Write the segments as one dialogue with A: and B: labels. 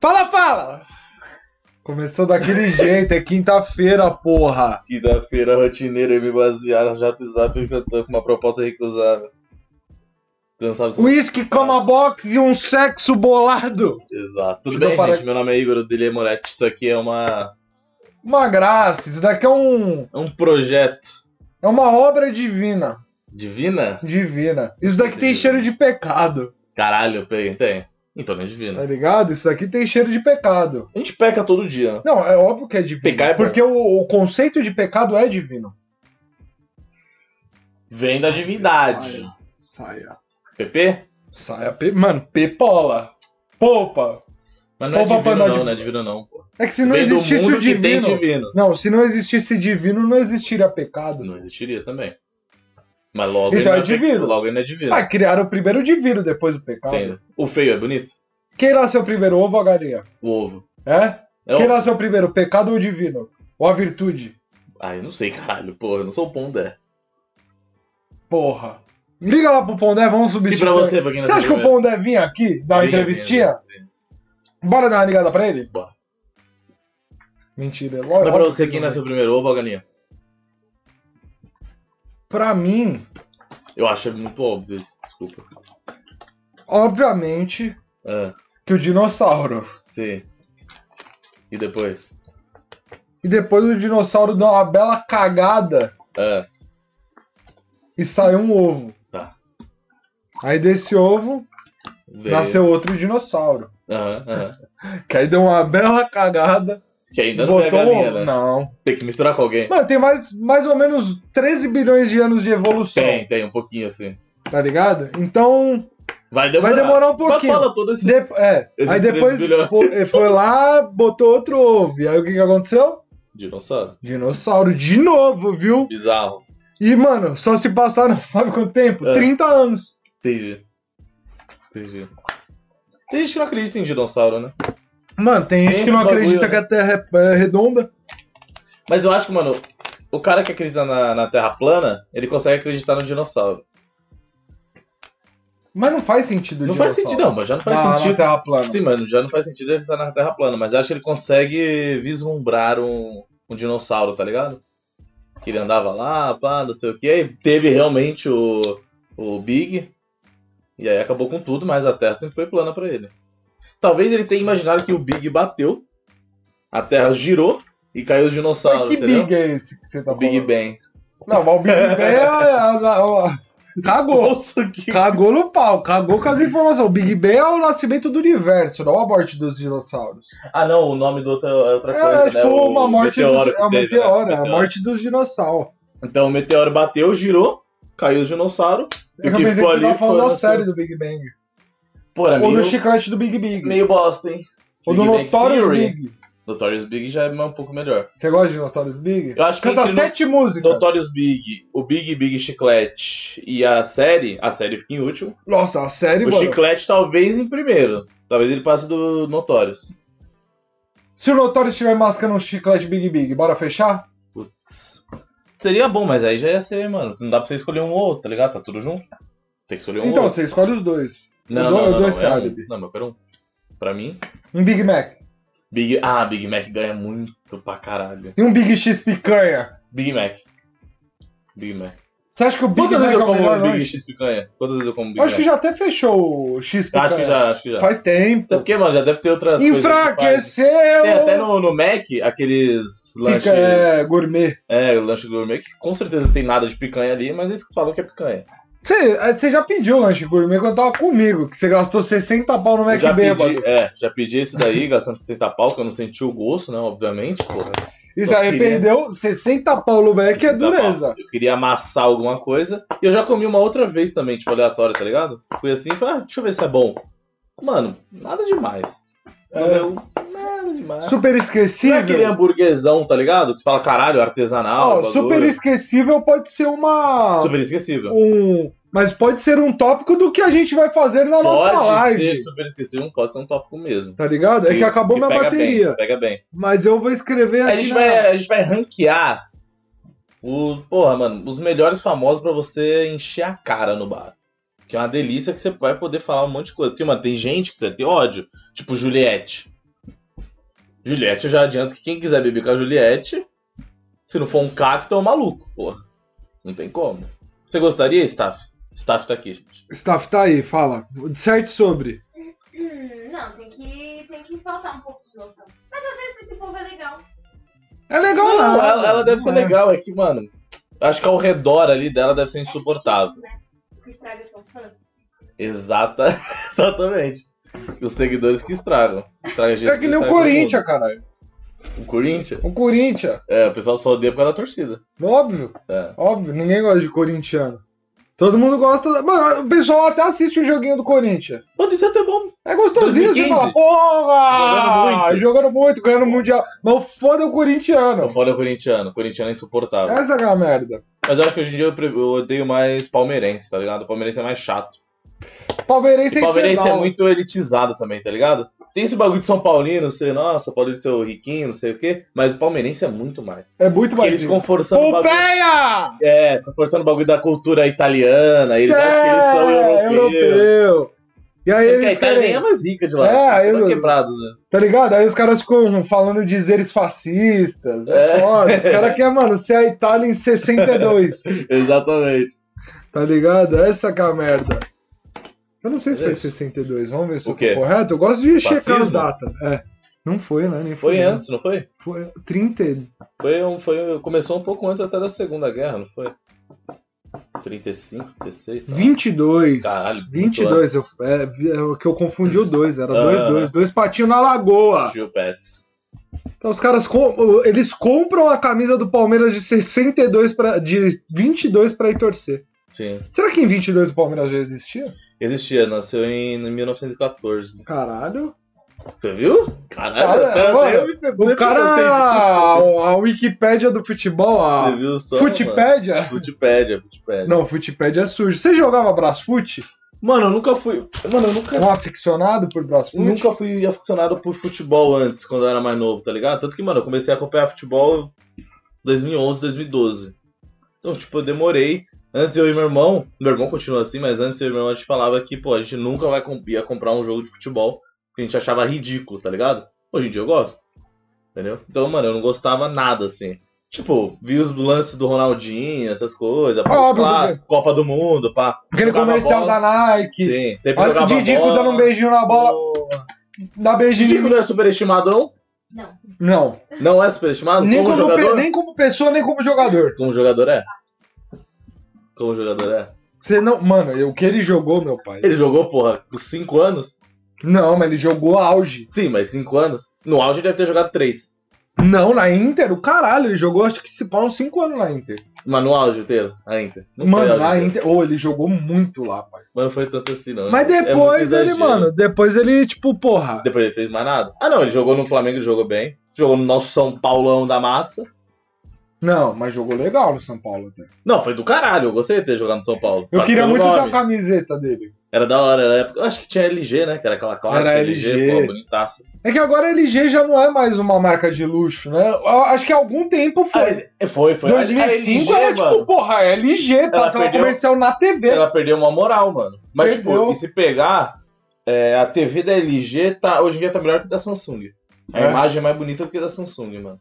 A: Fala, fala! Começou daquele jeito, é quinta-feira, porra!
B: Quinta-feira, rotineira, eu me basear no Zap Zap e cantou com uma proposta recusável. Você não sabe sobre-
A: Whisky, coma box e um sexo bolado!
B: Exato. Tudo
A: Deixa eu
B: bem,
A: parar
B: gente? Meu nome é Igor, o dele é Moretti. Isso aqui é uma...
A: Uma graça, isso daqui é um.
B: é um projeto
A: É uma obra divina.
B: divina?
A: Divina. Isso daqui tem cheiro de pecado,
B: Caralho, eu peguei. Tem. Então não é
A: tá
B: divina.
A: ligado? Isso daqui tem cheiro de pecado.
B: A gente peca todo dia, né?
A: Não, é óbvio que é divino.
B: Pecar é bom.
A: porque o, o conceito de pecado é divino.
B: Vem da divindade.
A: Saia.
B: PP?
A: Saia. pe- Mano, pepola. Poupa.
B: Mas não é
A: Ô, papai,
B: divino
A: nós-
B: não, não é divino não, pô.
A: É que se não
B: Vem do
A: existisse
B: mundo
A: o
B: que tem
A: divino.
B: divino.
A: Não, se não existisse divino, não existiria pecado.
B: Não existiria também. Mas logo
A: Então
B: ele
A: é
B: não pe-
A: divino.
B: Logo ele não é divino.
A: Ah, criaram o primeiro o divino, depois o pecado.
B: Entendo. O feio é bonito?
A: Quem nasceu primeiro, ovo ou a galinha?
B: O ovo.
A: É?
B: É o...
A: Quem nasceu primeiro, o pecado ou o divino? Ou a virtude?
B: Ah, eu não sei, caralho, porra, eu não sou o Pondé.
A: Porra. Liga lá pro Pondé, vamos
B: E
A: substituir.
B: pra você, pra quem
A: então,
B: não
A: Você acha que o
B: sabe,
A: Pondé vinha aqui, dar uma
B: Vinha,
A: entrevistinha?
B: vinha, vinha.
A: Bora dar uma ligada pra ele?
B: Bora.
A: Mentira, é
B: Mas
A: lógico.
B: pra você, quem nasceu primeiro, ovo ou a galinha?
A: Pra mim,
B: Eu acho muito óbvio isso, desculpa.
A: obviamente,
B: Ah,
A: que o dinossauro.
B: sim. E depois?
A: E depois o dinossauro dá uma bela cagada
B: Ah,
A: e saiu um ovo.
B: Tá.
A: Aí desse ovo
B: veio.
A: nasceu outro dinossauro.
B: Aham, aham.
A: Que aí deu uma bela cagada.
B: Que ainda não é a galinha, né?
A: um Não.
B: Tem que misturar com alguém.
A: Mano, tem mais, mais ou menos 13 bilhões de anos de evolução.
B: Tem, tem, um pouquinho assim.
A: Tá ligado? Então,
B: Vai demorar.
A: vai demorar um
B: Mas
A: pouquinho.
B: fala todo esse...
A: De- é,
B: esses
A: aí
B: 13
A: depois
B: bilhões.
A: pô- eh, foi lá, botou outro ovo. E aí o que, que aconteceu?
B: Dinossauro.
A: Dinossauro de novo, viu?
B: Bizarro.
A: E, mano, só se passaram, sabe quanto tempo?
B: É.
A: 30 anos.
B: Entendi. Entendi. Tem gente que não acredita em dinossauro, né?
A: Mano, tem gente
B: Esse
A: que não
B: bagulho,
A: acredita
B: né?
A: que a Terra é- é redonda.
B: Mas eu acho que, mano, o cara que acredita na, na Terra plana, ele consegue acreditar no dinossauro.
A: Mas não faz sentido
B: Não
A: dinossauro.
B: faz sentido, não, mas já não faz
A: Na- na
B: sentido.
A: Terra é plana.
B: Sim, mano, já não faz sentido ele estar na Terra plana, mas acho que ele consegue vislumbrar um, um dinossauro, tá ligado? Que ele andava lá, pá, não sei o que, aí teve realmente o, o Big, e aí acabou com tudo, mas a Terra sempre foi plana pra ele. Talvez ele tenha imaginado que o Big bateu, a Terra girou e caiu os
A: Mas
B: dinossauros,
A: que
B: entendeu?
A: Big é esse que você tá
B: O Big
A: falando?
B: Bang.
A: Não, mas o Big Bang é... é- é- é- Cagou.
B: Nossa, que...
A: Cagou no pau. Cagou com as informações. O Big Bang é o nascimento do universo, não a morte dos dinossauros.
B: Ah, não, o nome do outro é outra
A: É,
B: coisa, né?
A: tipo
B: O
A: uma morte... Dos...
B: meteoro que
A: É uma
B: teve, né?
A: meteora. É a
B: Meteoro.
A: morte dos dinossauros.
B: Então o meteoro bateu, girou, caiu os dinossauros. E
A: Eu
B: o
A: pensei
B: que
A: que
B: ficou
A: você
B: ali
A: tava falando
B: foi
A: da
B: assim.
A: série do Big Bang.
B: Pô, era
A: Ou do
B: meio,
A: chiclete do Big Big.
B: é meio bosta, hein?
A: Ou do
B: Big Bang
A: Notorious
B: Theory.
A: Big.
B: Notorious Big já é um pouco melhor.
A: Você gosta de Notorious Big?
B: Eu acho que
A: Canta
B: entre
A: sete músicas.
B: Notorious Big, o Big Big Chiclete e a série, a série fica em último.
A: Nossa, a série,
B: o
A: mano.
B: Chiclete talvez em primeiro. Talvez ele passe do Notorious.
A: Se o Notorious estiver mascando um chiclete Big Big, bora fechar?
B: Putz. Seria bom, mas aí já ia ser, mano. Não dá pra você escolher um ou outro, tá ligado? Tá tudo junto. Tem que escolher um
A: Então,
B: ou outro.
A: você escolhe os dois.
B: Não,
A: eu
B: não,
A: dou- eu
B: não,
A: dou
B: não,
A: esse
B: é um.
A: álibi.
B: Não, mas pera um. Pra mim,
A: Um Big Mac
B: Big... Ah, Big Mac ganha muito pra caralho.
A: e um Big X picanha.
B: Big Mac. Big Mac.
A: Você acha que o Big
B: Quantas
A: Mac é
B: vezes eu
A: o
B: como
A: melhor
B: um Big
A: lanche?
B: X picanha? Quantas vezes eu como Big
A: Eu acho que
B: Mac?
A: já até fechou o X picanha.
B: Acho que já, acho que já.
A: Faz tempo.
B: Até porque, mano, já deve ter outras coisas. que faz.
A: Enfraqueceu!
B: Tem até no, no Mac aqueles lanches.
A: Pica, é, gourmet.
B: É, lanche gourmet que com certeza não tem nada de picanha ali, mas eles falam que é picanha.
A: Você, é, você já pediu lanche gourmet quando tava comigo, que você gastou 60 pau no
B: Eu
A: Mac
B: já
A: bêbado.
B: pedi, é, já pedi esse daí, gastando 60 pau, que eu não senti o gosto, né? Obviamente, porra.
A: E
B: Eu
A: se arrependeu, 60 pau no Mac é
B: 60 pau.
A: dureza.
B: Eu queria amassar alguma coisa. E eu já comi uma outra vez também, tipo, aleatório, tá ligado? Fui assim, falei, ah, deixa eu ver se é bom. Mano, nada demais. Não
A: É.
B: deu nada demais.
A: Super
B: Não é aquele
A: esquecível.
B: hamburguesão, tá ligado? Que você fala, caralho,
A: Ó,
B: artesanal. bagulho.
A: super esquecível pode ser uma.
B: Super esquecível.
A: um. Mas pode ser um tópico do que a gente vai fazer na nossa
B: pode
A: live.
B: ser super esquecível, pode ser um tópico mesmo.
A: Tá ligado? É que acabou minha
B: pega
A: bateria.
B: Bem, pega bem.
A: Mas eu vou escrever
B: A
A: aqui.
B: gente,
A: na-
B: vai, a gente vai ranquear o, porra, mano, os melhores famosos pra você encher a cara no bar. Que é uma delícia que você vai poder falar um monte de coisa. Porque, mano, tem gente que você tem ódio. Tipo Juliette. Juliette, eu já adianto que quem quiser beber com a Juliette, se não for um cacto, é um maluco, porra. Não tem como. Você gostaria, Staff? Staff tá aqui, gente.
A: Staff, tá aí, fala. Disserte sobre.
C: Hum, Não, tem que, tem que faltar um pouco de noção. Mas às vezes esse povo é legal.
A: É legal, não.
B: Não, ela, ela deve ser
A: É.
B: legal, é que, mano, acho que ao redor ali dela deve ser insuportável.
C: Né? O que estraga são os fãs.
B: Exata, exatamente. Os seguidores que estragam. Estraga
A: É
B: Jesus,
A: que nem o
B: estraga todo
A: Corinthians, caralho.
B: mundo. O Corinthians?
A: O Corinthians.
B: É, o pessoal só odeia por causa da torcida.
A: Óbvio,
B: É.
A: óbvio. Ninguém gosta de corintiano. Todo mundo gosta. da- Mano, o pessoal até assiste o joguinho do Corinthians.
B: Pode ser até bom.
A: É gostosinho, você
B: 2015.
A: fala, porra!
B: Jogando muito.
A: Jogando muito, ganhando o Mundial. Mas foda o
B: Não,
A: corintiano.
B: fora o um corintiano. O corintiano é insuportável.
A: Essa que é a merda.
B: Mas eu acho que hoje em dia eu pre- eu odeio mais palmeirense, tá ligado? O palmeirense é mais chato.
A: Palmeirense
B: E
A: é
B: palmeirense é
A: infernal.
B: muito elitizado também, tá ligado? Tem esse bagulho de São Paulino, ser, nossa, Paulino ser o riquinho, não sei o quê. Mas o palmeirense é muito mais.
A: É muito
B: Porque eles
A: mais.
B: ficam forçando o bagulho.
A: Pompeia!
B: É, ficam forçando o bagulho da cultura italiana. Eles acham que eles são
A: É,
B: europeus.
A: europeu. E aí
B: Sendo que a
A: eles
B: Itália nem é
A: querem,
B: mais rica de lá.
A: É,
B: tá
A: eu-
B: quebrado, né?
A: tá ligado? Aí os caras ficam falando de dizeres fascistas, é
B: É.
A: foda. Os caras querem, mano, ser a Itália em 62,
B: Exatamente.
A: tá ligado? Essa que é a merda. Eu não sei se foi 62, vamos ver se
B: O
A: eu tô
B: quê?
A: correto. Eu gosto de checar as
B: Fascismo?
A: datas. É, não foi, né? Nem
B: Foi é.
A: né?
B: antes, não foi?
A: Foi 30.
B: Foi, um- foi, começou um pouco antes até da Segunda Guerra, não foi? 35, 36. sei lá.
A: 22.
B: Caralho, muito
A: 22. Eu, é, é o que eu confundi o 2. Era
B: Ah.
A: 2, 2. Dois patinhos na lagoa.
B: Gil Pets.
A: Então os caras com- eles compram a camisa do Palmeiras de 62 para de 22 para ir torcer.
B: Sim.
A: Será que em 22 o Palmeiras já existia?
B: Existia, nasceu em 1914.
A: Caralho.
B: Você viu? Caralho,
A: Cara,
B: cara,
A: mano,
B: É, eu me pergunto,
A: O
B: eu não
A: cara
B: sei disso.
A: a, a Wikipédia do futebol,
B: Você
A: a
B: viu só? mano? é,
A: Futipédia?
B: Futipédia, Futipédia.
A: Não, Futipédia é sujo. Você jogava Brasfute?
B: Mano, eu nunca fui. Mano, eu nunca.
A: Um aficionado por
B: Eu
A: Brasfute?
B: nunca fui aficionado por futebol antes, quando eu era mais novo, tá ligado? Tanto que, mano, eu comecei a acompanhar futebol em 2011, 2012. Então, tipo, eu demorei. Antes eu e meu irmão, meu irmão continua assim, mas antes eu e meu irmão a gente falava que, pô, a gente nunca vai com- ia comprar um jogo de futebol, que a gente achava ridículo, tá ligado? Hoje em dia eu gosto, entendeu? Então, mano, eu não gostava nada, assim. Tipo, vi os lances do Ronaldinho, essas coisas,
A: É Óbvio,
B: pá,
A: porque-
B: Copa do Mundo, pá.
A: Aquele
B: jogava
A: comercial da
B: bola.
A: Nike.
B: Sim, sempre
A: Olha o
B: jogava
A: Didico
B: bola.
A: dando um beijinho na bola. Dá
B: Didico
A: beijinho.
B: não é superestimado, não?
C: Não.
A: Não.
B: Não é superestimado?
A: Nem
B: como
A: como, pe-
B: jogador?
A: nem como pessoa, nem como jogador.
B: Como jogador é? Como jogador é?
A: Você não. Mano, eu- o que ele jogou, meu pai.
B: Ele jogou, porra, com 5 anos?
A: Não, mas ele jogou auge.
B: Sim, mas 5 anos. No auge deve ter jogado 3.
A: Não, na Inter, o caralho, ele jogou acho que se pau uns 5 anos na Inter.
B: Mas no auge inteiro, ainda. Não foi
A: mano,
B: auge
A: na Inter.
B: inteiro.
A: Ô, ele jogou muito lá, pai.
B: Mas não foi tanto assim, não.
A: Mas
B: É muito
A: depois ele,
B: exagero.
A: mano, depois ele, tipo, porra.
B: Depois ele fez mais nada. Ah, não, ele jogou no Flamengo, ele jogou bem. Jogou no nosso São Paulão da massa.
A: Não, mas jogou legal no São Paulo até.
B: Não, foi do caralho, eu gostei de ter jogado no São Paulo.
A: Eu
B: Mas
A: queria
B: pelo
A: muito
B: nome.
A: ter a camiseta dele.
B: Era da hora, era a época. Eu acho que tinha LG, né? Que era aquela clássica
A: Era LG.
B: pô, bonitaça.
A: É que agora a LG já não é mais uma marca de luxo, né? Eu Acho que há algum tempo foi.
B: Ah, foi, foi. A- a
A: 2005
B: LG,
A: era tipo,
B: mano.
A: porra, é LG, passa
B: perdeu-
A: comercial na TV.
B: Ela perdeu uma moral, mano. Mas,
A: Perdeu.
B: tipo, e se pegar, é, a TV da LG tá, hoje em dia tá melhor que a da Samsung. A
A: É.
B: imagem é mais bonita do que a da Samsung, mano.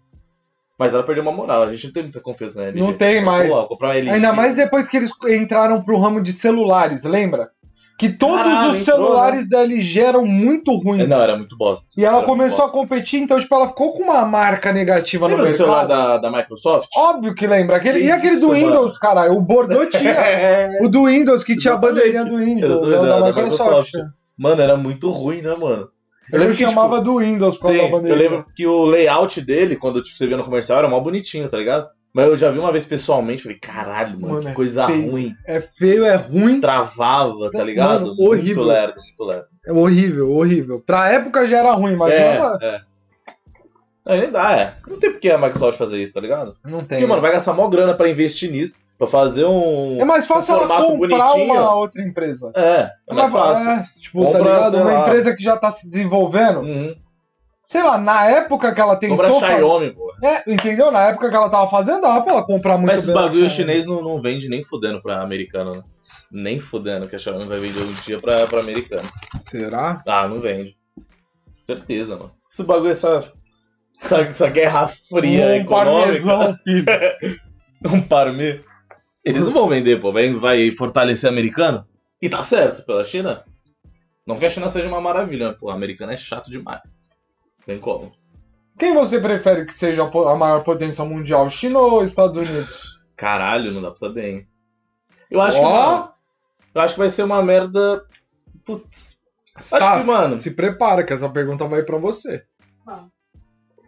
B: Mas ela perdeu uma moral, a gente não tem muita confiança na LG.
A: Não tem mais.
B: Pô, comprar uma LG.
A: Ainda mais depois que eles entraram pro ramo de celulares, lembra? Que todos
B: Caralho,
A: os
B: entrou,
A: celulares da LG eram muito
B: É,
A: ruins.
B: Não, era muito bosta.
A: E ela
B: Era
A: começou
B: muito
A: a competir, então, tipo, ela ficou com uma marca negativa
B: bosta.
A: no
B: Lembra do
A: mercado.
B: celular da, da Microsoft?
A: Óbvio que lembra. Aquele... E
B: Isso,
A: aquele do
B: mano.
A: Windows, caralho. O Bordeaux tinha.
B: É.
A: o do Windows, que tinha a
B: Exatamente.
A: bandeirinha do Windows, né? é
B: Exatamente,
A: da,
B: da- da
A: Microsoft.
B: Microsoft. Mano, era muito ruim, né, mano?
A: Eu,
B: lembro que,
A: chamava do Windows pra
B: Sim,
A: uma
B: eu
A: bandeirinha.
B: lembro que o layout dele, quando tipo, você via no comercial, era mó bonitinho, tá ligado? Mas eu já vi uma vez pessoalmente, falei, caralho, mano,
A: Mano, é
B: que coisa
A: feio.
B: ruim.
A: É feio, é ruim,
B: travava, tá ligado?
A: Mano, horrível.
B: Muito lerdo, muito lerdo.
A: é horrível, horrível. Pra época já era ruim, mas
B: é,
A: agora-
B: é. Não, nem dá, é. Não tem porque a Microsoft fazer isso, tá ligado?
A: não tem.
B: Porque, mano, vai gastar mó grana pra investir nisso, pra fazer um.
A: é mais fácil
B: um
A: ela
B: formato
A: comprar
B: bonitinho.
A: uma outra empresa.
B: É, é, mais fácil.
A: É, tipo,
B: Compra,
A: tá ligado?
B: sei
A: Uma
B: lá.
A: empresa que já tá se desenvolvendo.
B: Uhum.
A: Sei lá, na época que ela tentou.
B: Comprar
A: fa-
B: Xiaomi, pô.
A: É, entendeu? Na época que ela tava fazendo, dava pra ela comprar muito
B: Mas esses
A: bem na
B: bagulho
A: China.
B: chinês não, não vende nem fudendo pra americano, né? Nem fudendo, que a Xiaomi vai vender um dia pra, pra americano.
A: Será?
B: Ah, não vende. Certeza, mano. Esse bagulho, essa Essa, essa guerra fria
A: um
B: econômica.
A: parmesão, filho.
B: Um parmê. Eles não vão vender, pô. Vem, vai fortalecer americano. E tá certo, pela China. Não que a China seja uma maravilha, mas, pô. Americano é chato demais. Tem como.
A: Quem você prefere que seja a po- a maior potência mundial, China ou Estados Unidos?
B: Caralho, não dá pra saber, hein? Eu acho que.
A: Ó.
B: não. Eu acho que vai ser uma merda. Putz. Acho
A: Tá.
B: que, mano.
A: Se prepara, que essa pergunta vai pra você.
C: Bom,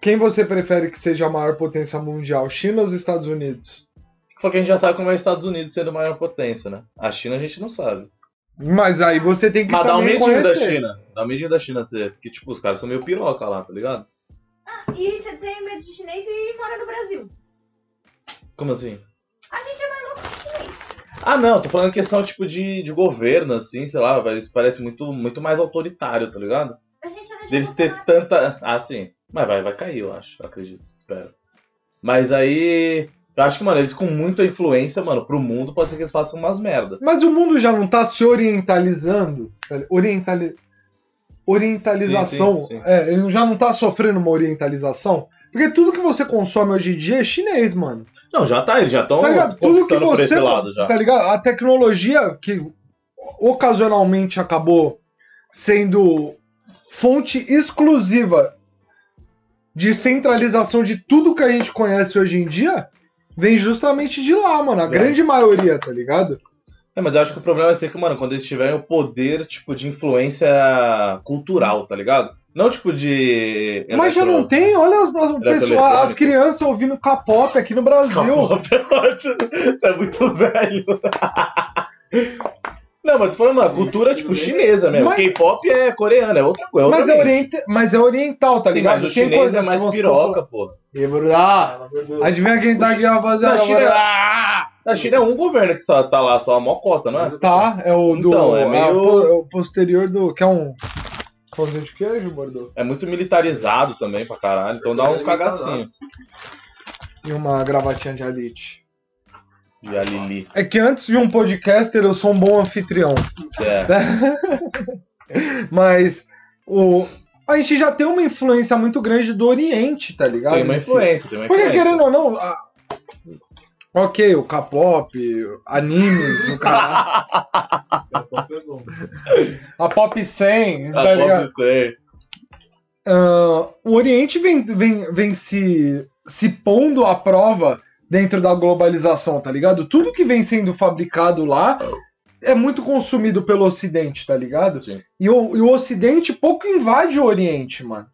A: Quem você prefere que seja a maior potência mundial, China ou os Estados Unidos?
B: Porque a gente já sabe como é os Estados Unidos sendo a maior potência, né? A China a gente não sabe.
A: Mas aí você tem que
B: Mas dá um
A: também
B: medinho
A: conhecer.
B: da China. Dá um medinho da China ser. Porque, tipo, os caras são meio piroca lá, tá ligado?
C: e você tem medo de chinês e mora no Brasil.
B: Como assim?
C: A gente é mais louco que chinês.
B: Ah, não, tô falando questão, tipo, de, de governo, assim, sei lá, vai- eles parecem muito, muito mais autoritário, tá ligado?
C: A gente é
B: Deles ter tanta. Ah, sim. Mas vai, vai cair, eu acho, eu acredito, espero. Mas aí. Eu acho que, mano, eles com muita influência, mano, pro mundo, pode ser que eles façam umas merda.
A: Mas o mundo já não tá se orientalizando? Orientali... Orientalização.
B: Sim, sim, sim.
A: É, ele já não tá sofrendo uma orientalização? Porque tudo que você consome hoje em dia é chinês, mano.
B: Não, já tá, eles já estão
A: Tá ligado? Tudo que
B: conquistando por
A: você.
B: esse lado já.
A: Tá ligado? A tecnologia que ocasionalmente acabou sendo fonte exclusiva de centralização de tudo que a gente conhece hoje em dia vem justamente de lá, mano. A
B: É.
A: grande maioria, tá ligado?
B: É, mas eu acho que o problema vai ser que, mano, quando eles tiverem o poder, tipo, de influência cultural, tá ligado? Não tipo de.
A: Mas já não tem, olha as, as, pessoa- as
B: eletrônico.
A: crianças ouvindo K-pop aqui no Brasil.
B: Calma, Você é muito velho. Não, mas tu falando, mano, a cultura é tipo chinesa mesmo.
A: Mas-
B: K-pop é coreana, é outra coisa.
A: Mas é,
B: outra mente.
A: oriente, mas é oriental, tá
B: Sim,
A: ligado?
B: mas o chinês é
A: que
B: mais
A: vão se
B: piroca, pô.
A: popular- Ah, adivinha quem tá aqui, rapaziada?
B: Na China,
A: agora?
B: na China é um governo que só tá lá, só a mocota, não é?
A: Tá, é o do.
B: Então, é meio-
A: a po- é o posterior do. Que é um. Pãozinho de queijo, Bordeaux?
B: É muito militarizado também pra caralho, então dá um cagacinho.
A: E uma gravatinha de alite.
B: E a Lili,
A: É que antes de um podcaster, eu sou um bom anfitrião.
B: certo.
A: Mas o. A gente já tem uma influência muito grande do Oriente, tá ligado?
B: Tem uma
A: Nesse-
B: influência, tem uma
A: Porque
B: influência.
A: querendo ou não. a- Ok, o K-pop, animes, o cara. A Pop 100, tá
B: Ah,
A: ligado?
B: pode ser.
A: Ah, o Oriente vem, vem, vem se, se pondo à prova dentro da globalização, tá ligado? Tudo que vem sendo fabricado lá é muito consumido pelo Ocidente, tá ligado?
B: Sim.
A: E o, e o Ocidente pouco invade o Oriente, mano.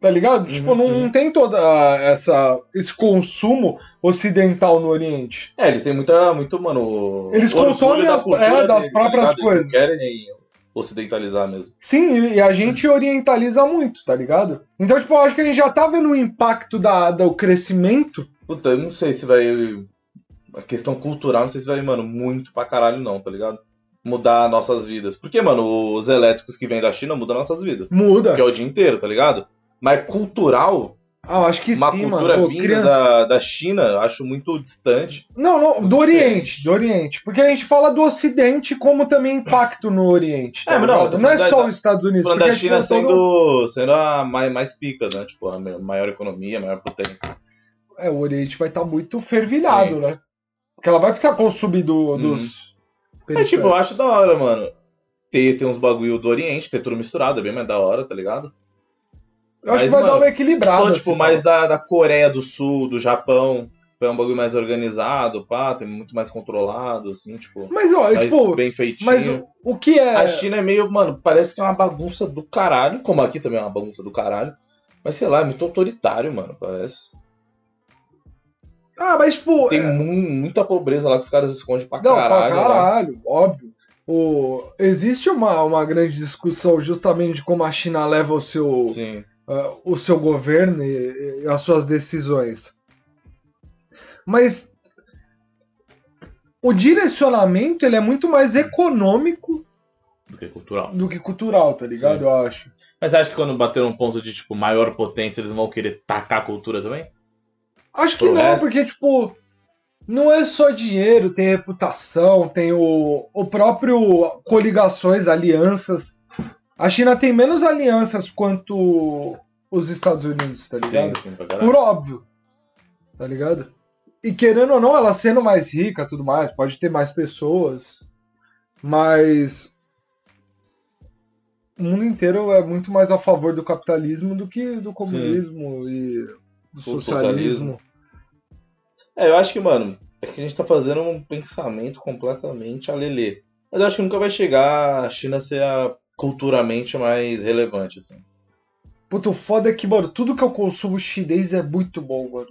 A: Tá ligado?
B: Uhum,
A: tipo, não,
B: uhum.
A: não tem toda essa esse consumo ocidental no Oriente.
B: É, eles têm muita, muito, mano.
A: Eles
B: orgulho
A: consomem
B: da
A: as-
B: cultura
A: é, das
B: deles, tá
A: próprias
B: ligado? Eles não
A: coisas.
B: querem ocidentalizar mesmo.
A: Sim, e- e a gente orientaliza muito, tá ligado? Então, tipo, eu acho que a gente já tá vendo o impacto da, do crescimento
B: Puta, eu não sei se vai. A questão cultural, não sei se vai, mano, muito pra caralho, não, tá ligado? Mudar nossas vidas. Porque, mano, os elétricos que vêm da China mudam nossas vidas.
A: Muda.
B: Que é o dia inteiro, tá ligado? Mas cultural,
A: Ah, eu acho que
B: uma
A: sim,
B: cultura
A: mano. Pô,
B: vinda
A: criança-
B: da, da China, eu acho muito distante.
A: Não, não, do Oriente, do Oriente. Porque a gente fala do Ocidente como também impacto no Oriente. tá
B: É, mas não,
A: ligado?
B: tô
A: não é
B: falando da-
A: só
B: da-
A: os Estados Unidos.
B: Falando
A: porque tipo,
B: da China
A: a é gente
B: sendo,
A: falou-
B: sendo a mais, mais pica, né? Tipo, a ma- maior economia, a maior potência.
A: É, o Oriente vai estar muito fervilhado,
B: Sim.
A: né? Porque ela vai precisar consumir do,
B: Uhum.
A: dos.
B: Mas, tipo, eu
A: periféricos.
B: acho da hora, mano. Ter, ter uns bagulho do Oriente, ter tudo misturado, é bem mais da hora, tá ligado?
A: eu acho que
B: mas,
A: vai dar
B: mano,
A: uma equilibrada.
B: Então, tipo,
A: assim,
B: mais
A: né?
B: da, da Coreia do Sul, do Japão. É um bagulho mais organizado, pá, tem muito mais controlado, assim, tipo.
A: Mas, ó,
B: mais
A: tipo,
B: bem feitinho.
A: mas o, o que é.
B: A China é meio, mano, parece que é uma bagunça do caralho, como aqui também é uma bagunça do caralho. Mas sei lá, é muito autoritário, mano, parece.
A: Ah, mas, tipo.
B: Tem
A: é-
B: mu- muita pobreza lá que os caras escondem pra
A: Não,
B: caralho.
A: pra
B: né?
A: caralho, óbvio. O... Existe uma, uma grande discussão justamente de como a China leva o seu.
B: Sim.
A: ah, o seu governo e, e as suas decisões. Mas o direcionamento ele é muito mais econômico
B: Do que é cultural.
A: do que cultural, tá ligado?
B: Sim.
A: Eu acho.
B: Mas acha que quando bater um ponto de, tipo, maior potência, eles vão querer tacar a cultura também?
A: Acho que
B: Pro
A: não,
B: resto?
A: porque tipo não é só dinheiro, tem reputação, tem o, o próprio coligações, alianças. A China tem menos alianças quanto os Estados Unidos, tá ligado?
B: Sim, é sim, pra caralho.
A: Por óbvio. Tá ligado? E querendo ou não, ela sendo mais rica tudo mais, pode ter mais pessoas. Mas. O mundo inteiro é muito mais a favor do capitalismo do que do comunismo e do
B: Do
A: socialismo.
B: É, eu acho que, mano, é que a gente tá fazendo um pensamento completamente a lelê. Mas eu acho que nunca vai chegar a China a ser a culturalmente mais relevante, assim.
A: Puta, o foda é que, mano, tudo que eu consumo chinês é muito bom, mano.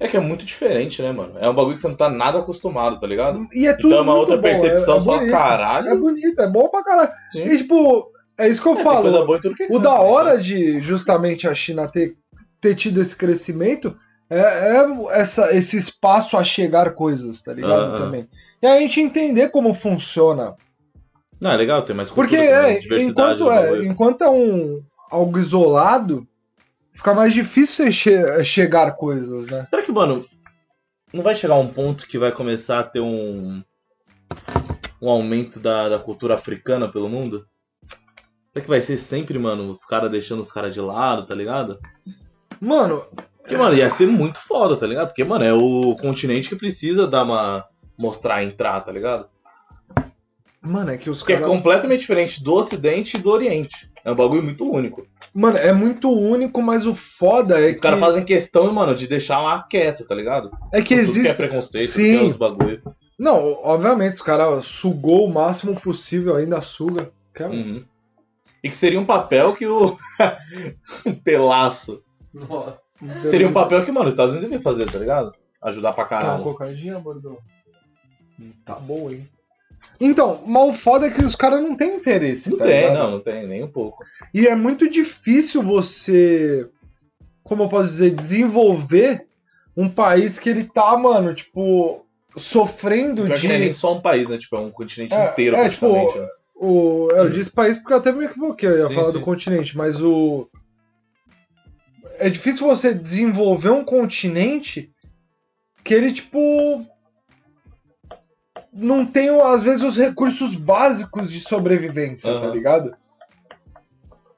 B: É que é muito diferente, né, mano? É um bagulho que você não tá nada acostumado, tá ligado?
A: E é tudo
B: então é uma
A: muito
B: outra
A: bom,
B: percepção
A: é, é
B: só
A: bonito.
B: caralho.
A: É bonito, é bom pra caralho.
B: Sim.
A: E, tipo, é isso que eu
B: É, tem
A: falo.
B: coisa boa em tudo que é
A: O
B: canto,
A: da
B: né,
A: hora de justamente a China ter, ter tido esse crescimento é, é essa, esse espaço a chegar coisas, tá ligado?
B: Aham.
A: Também. E a gente entender como funciona.
B: cara? Não, é legal, tem mais cultura,
A: Porque
B: tem mais
A: é,
B: né? diversidade
A: enquanto,
B: no
A: é,
B: bagulho.
A: enquanto é um, algo isolado, fica mais difícil você che- chegar coisas, né?
B: Será que, mano, não vai chegar um ponto que vai começar a ter um, um aumento da, da cultura africana pelo mundo? Será que vai ser sempre, mano, os caras deixando os caras de lado, tá ligado?
A: Mano,
B: Porque, mano, ia ser muito foda, tá ligado? Porque, mano, é o continente que precisa dar uma. mostrar, entrar, tá ligado?
A: mano, é que os
B: Porque é
A: caras.
B: completamente diferente do Ocidente e do Oriente. É um bagulho muito único.
A: Mano, é muito único, mas o foda é
B: Os
A: que.
B: caras fazem questão, mano, de deixar lá quieto, tá ligado?
A: É que
B: Tudo que é
A: existe.
B: preconceito,
A: Sim.
B: tudo que é os bagulho.
A: Não, obviamente, os caras sugou o máximo possível, ainda suga. Que é um
B: Uhum. E que seria um papel que o. um pelaço.
D: Nossa.
B: Hum. Seria um Ah, papel que, mano, os Estados Unidos devem fazer, tá ligado? Ajudar pra
A: Quer uma
B: caralho.
A: cocadinha, Bordão? Tá bom, hein? Então, mal foda é que os caras não têm interesse.
B: Não
A: tá
B: tem,
A: ligado?
B: não, não tem, nem um pouco.
A: E é muito difícil você, como eu posso dizer, desenvolver um país que ele tá, mano, tipo, sofrendo
B: Pior que
A: de.
B: não é nem só um país, né? Tipo, é um continente
A: É,
B: inteiro,
A: é, tipo,
B: praticamente. né?
A: O, é, eu disse país porque eu até me equivoquei, eu ia
B: Sim,
A: falar
B: sim.
A: do continente, mas o. É difícil você desenvolver um continente que ele, tipo. Não tem, às vezes, os recursos básicos de sobrevivência, tá
B: Aham.
A: ligado?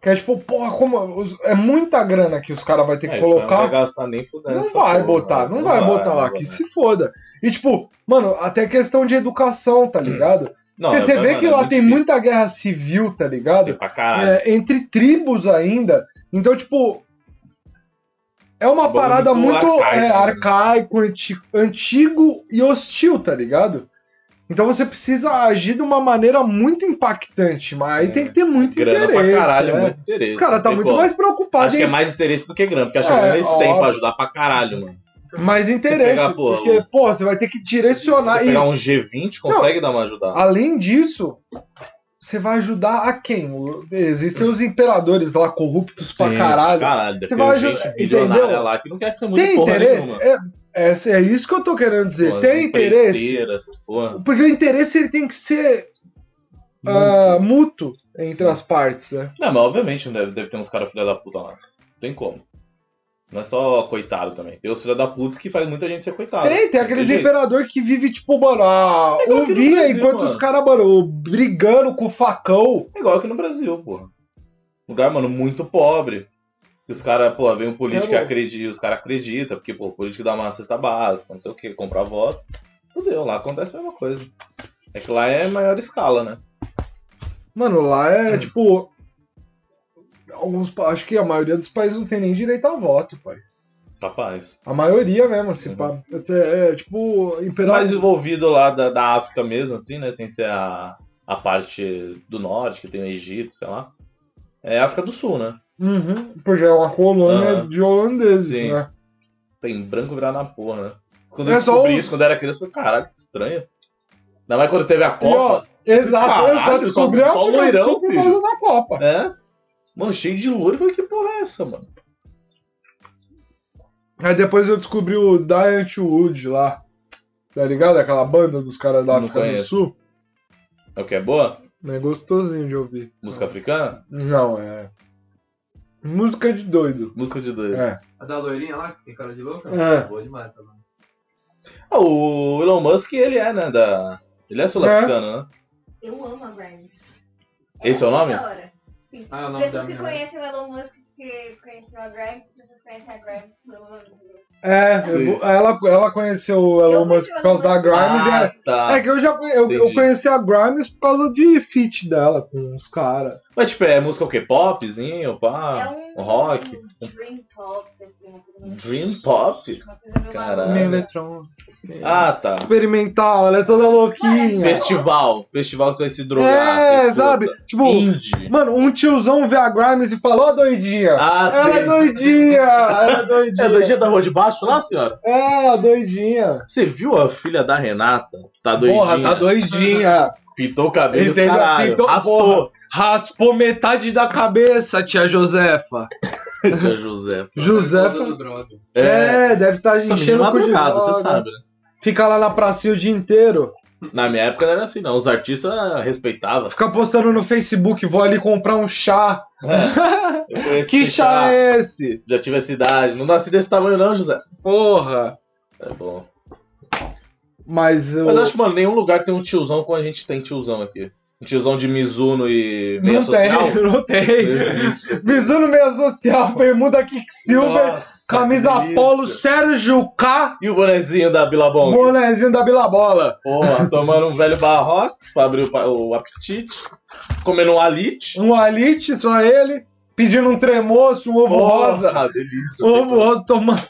A: Que é tipo, porra, como. os- É muita grana que os caras vão ter que
B: É, né, esse cara
A: colocar.
B: Não vai gastar nem fudendo.
A: Não
B: essa
A: vai
B: porra,
A: botar,
B: mano.
A: não vai botar lá,
B: não
A: que
B: vai.
A: se foda. E tipo, mano, até questão de educação,
B: Hum.
A: tá ligado?
B: Não,
A: Porque
B: é-
A: você vê
B: mano,
A: que
B: é
A: lá
B: muito
A: tem
B: difícil.
A: muita guerra civil, tá
B: Tem
A: ligado?
B: pra caralho.
A: É, entre tribos ainda. Então, tipo. É uma
B: um Bagulho
A: parada
B: muito
A: muito,
B: arcaico,
A: é,
B: né?
A: arcaico, anti- antigo e hostil, tá ligado? Então você precisa agir de uma maneira muito impactante, mas aí
B: Sim.
A: tem que ter muito
B: É, grana
A: interesse.
B: pra caralho, é
A: né?
B: muito interesse.
A: Os caras
B: não
A: tá
B: tem
A: muito
B: como.
A: mais
B: Acho
A: preocupados
B: que
A: em
B: é mais interesse do que grana, porque acho que
A: É,
B: eles têm
A: óbvio.
B: pra ajudar pra caralho, mano.
A: mais interesse,
B: pegar, pô,
A: porque, pô, você vai ter que direcionar.
B: Você
A: E,
B: pegar um G20, consegue dar uma ajudada.
A: além disso, você vai ajudar a quem? O- Existem os imperadores lá corruptos pra
B: Sim,
A: caralho.
B: Caralho, deve
A: Você
B: ter
A: vai
B: gente
A: ajudar-
B: bilionária
A: entendeu?
B: lá que não quer que você mude
A: Tem
B: porra
A: interesse?
B: nenhuma.
A: É, é, é isso que eu tô querendo dizer.
B: Mano,
A: Tem interesse?
B: empreiteira, essas porra.
A: Porque o interesse ele tem que ser ah, mútuo entre as partes, né?
B: Não, mas obviamente não deve, deve ter uns caras filha da puta lá. Não tem como. Não é só coitado também. Tem os filha da puta que faz muita gente ser coitado.
A: tem, tem
B: Não
A: aqueles
B: jeito. É
A: imperador que vive, tipo, mano, ah,
B: igual aqui no
A: ouvia
B: Brasil,
A: enquanto
B: mano.
A: os caras, mano, brigando com o facão.
B: É igual aqui no Brasil, porra. Lugar, mano, muito pobre. E os caras, pô, vem um político
A: É,
B: que
A: bom.
B: acredita, os caras acreditam, porque, pô, o político dá uma cesta básica, não sei o que, comprar voto. Fudeu, lá acontece a mesma coisa. É que lá é maior escala, né?
A: Mano, lá é,
B: Hum.
A: tipo. Alguns, pa- acho que a maioria dos países não tem nem direito a voto, pai.
B: Capaz.
A: A maioria mesmo, se
B: Uhum.
A: pá. É, é, tipo,
B: Mais
A: imperador.
B: envolvido lá da, da África mesmo, assim, né? Sem ser a, a parte do norte, que tem o Egito, sei lá. É a África do Sul, né?
A: Uhum, porque é uma colônia
B: Aham.
A: de holandeses,
B: Ah. Sim.
A: né?
B: Tem branco virar na porra, né? Quando
A: É
B: eu
A: só
B: descobri
A: os-
B: isso, quando eu era criança, eu falei, caralho, que estranho. Ainda mais quando teve a
A: E, ó,
B: Copa.
A: exato,
B: Caralho,
A: exato.
B: só-
A: Descobriu a
B: só
A: África do
B: loirão,
A: Sul por
B: filho.
A: causa da Copa.
B: né? Mano, cheio de louro, eu falei, que porra é essa, mano?
A: Aí depois eu descobri o Diant Wood lá. Tá ligado? Aquela banda dos caras da
B: Não
A: África
B: conheço.
A: do Sul.
B: É o que é boa?
A: É gostosinho de ouvir.
B: Música africana?
A: Não, é. Música de doido.
B: Música de doido.
A: É.
D: A da loirinha lá, que tem cara de louca?
A: É.
D: Boa demais
E: tá
D: essa mano.
B: Ah, o Elon Musk, ele é, né, da... Ele é sul-africano, né?
C: Eu amo a Grimes.
B: Esse é o nome?
C: Da hora. Sim.
D: Ah, é o nome da
C: Pessoas que
D: minha.
C: conhecem o Elon Musk que conheceu a Grimes, vocês conhecem a Grimes pelo Elon Musk.
A: É,
B: Sim.
A: eu- ela, ela conheceu o Elon
C: Eu
A: Musk
C: conheci
A: por
C: o Elon
A: causa da
C: Musk.
A: Grimes. e
B: Ah,
A: ela-
B: tá.
A: É que eu já eu, eu
B: Entendi.
A: conheci a Grimes por causa de feat dela com os caras.
B: Mas, tipo, é música o quê? Popzinho,
C: é
B: pá? Ah,
C: um,
B: o rock.
C: um dream pop, assim, uma coisa meio-
B: Dream pop?
C: uma coisa meio
B: Caralho.
A: Minha
C: maluca.
A: eletrônica.
B: Ah, tá.
A: Experimental, ela é toda louquinha.
B: Festival. Festival que você vai se drogar.
A: É,
B: fez
A: sabe?
B: puta.
A: Tipo,
B: Indie.
A: mano, um tiozão vê a Grimes e fala, ó doidinha.
B: Ah,
A: ela é
B: sim.
A: doidinha, ela é doidinha.
B: É do dia da rua de baixo lá, senhora?
A: É, doidinha.
B: Você viu a filha da Renata? Tá doidinha.
A: Porra, tá doidinha.
B: Pintou o cabelo,
A: Entendeu?
B: caralho.
A: Pintou-
B: Raspou.
A: Raspou metade da cabeça, tia Josefa.
B: Tia José.
A: Josefa.
E: droga.
A: É, deve estar
B: Essa
A: enchendo
B: menina
A: o cu de
B: madrugada,
A: droga.
B: você sabe, né?
A: Fica lá na pracinha o dia inteiro.
B: Na minha época não era assim, não. Os artistas respeitavam.
A: Fica postando no Facebook, vou ali comprar um chá.
B: Eu conheci
A: que
B: esse
A: chá
B: cara,
A: é esse?
B: Já tive essa idade. Não nasci desse tamanho, não, José.
A: Porra.
B: É bom.
A: Mas eu...
B: Mas eu acho que, mano, nenhum lugar tem um tiozão como a gente tem tiozão aqui. Um tiozão de Mizuno e meia
A: não tem,
B: é social.
A: não
B: Não
A: tem.
B: existe.
A: Mizuno meia social, bermuda Kicksilver,
B: Nossa,
A: camisa
B: que delícia.
A: Polo, Sérgio K,
B: E o bonezinho da Bilabong?
A: bonezinho da Bilabola.
B: Porra, tomando um velho barrox pra abrir o, pa- o apetite. Comendo um alite.
A: Um alite, só ele, pedindo um tremoço, um ovo rosa.
B: Ah, delícia.
A: O Ovo Rosa tomando,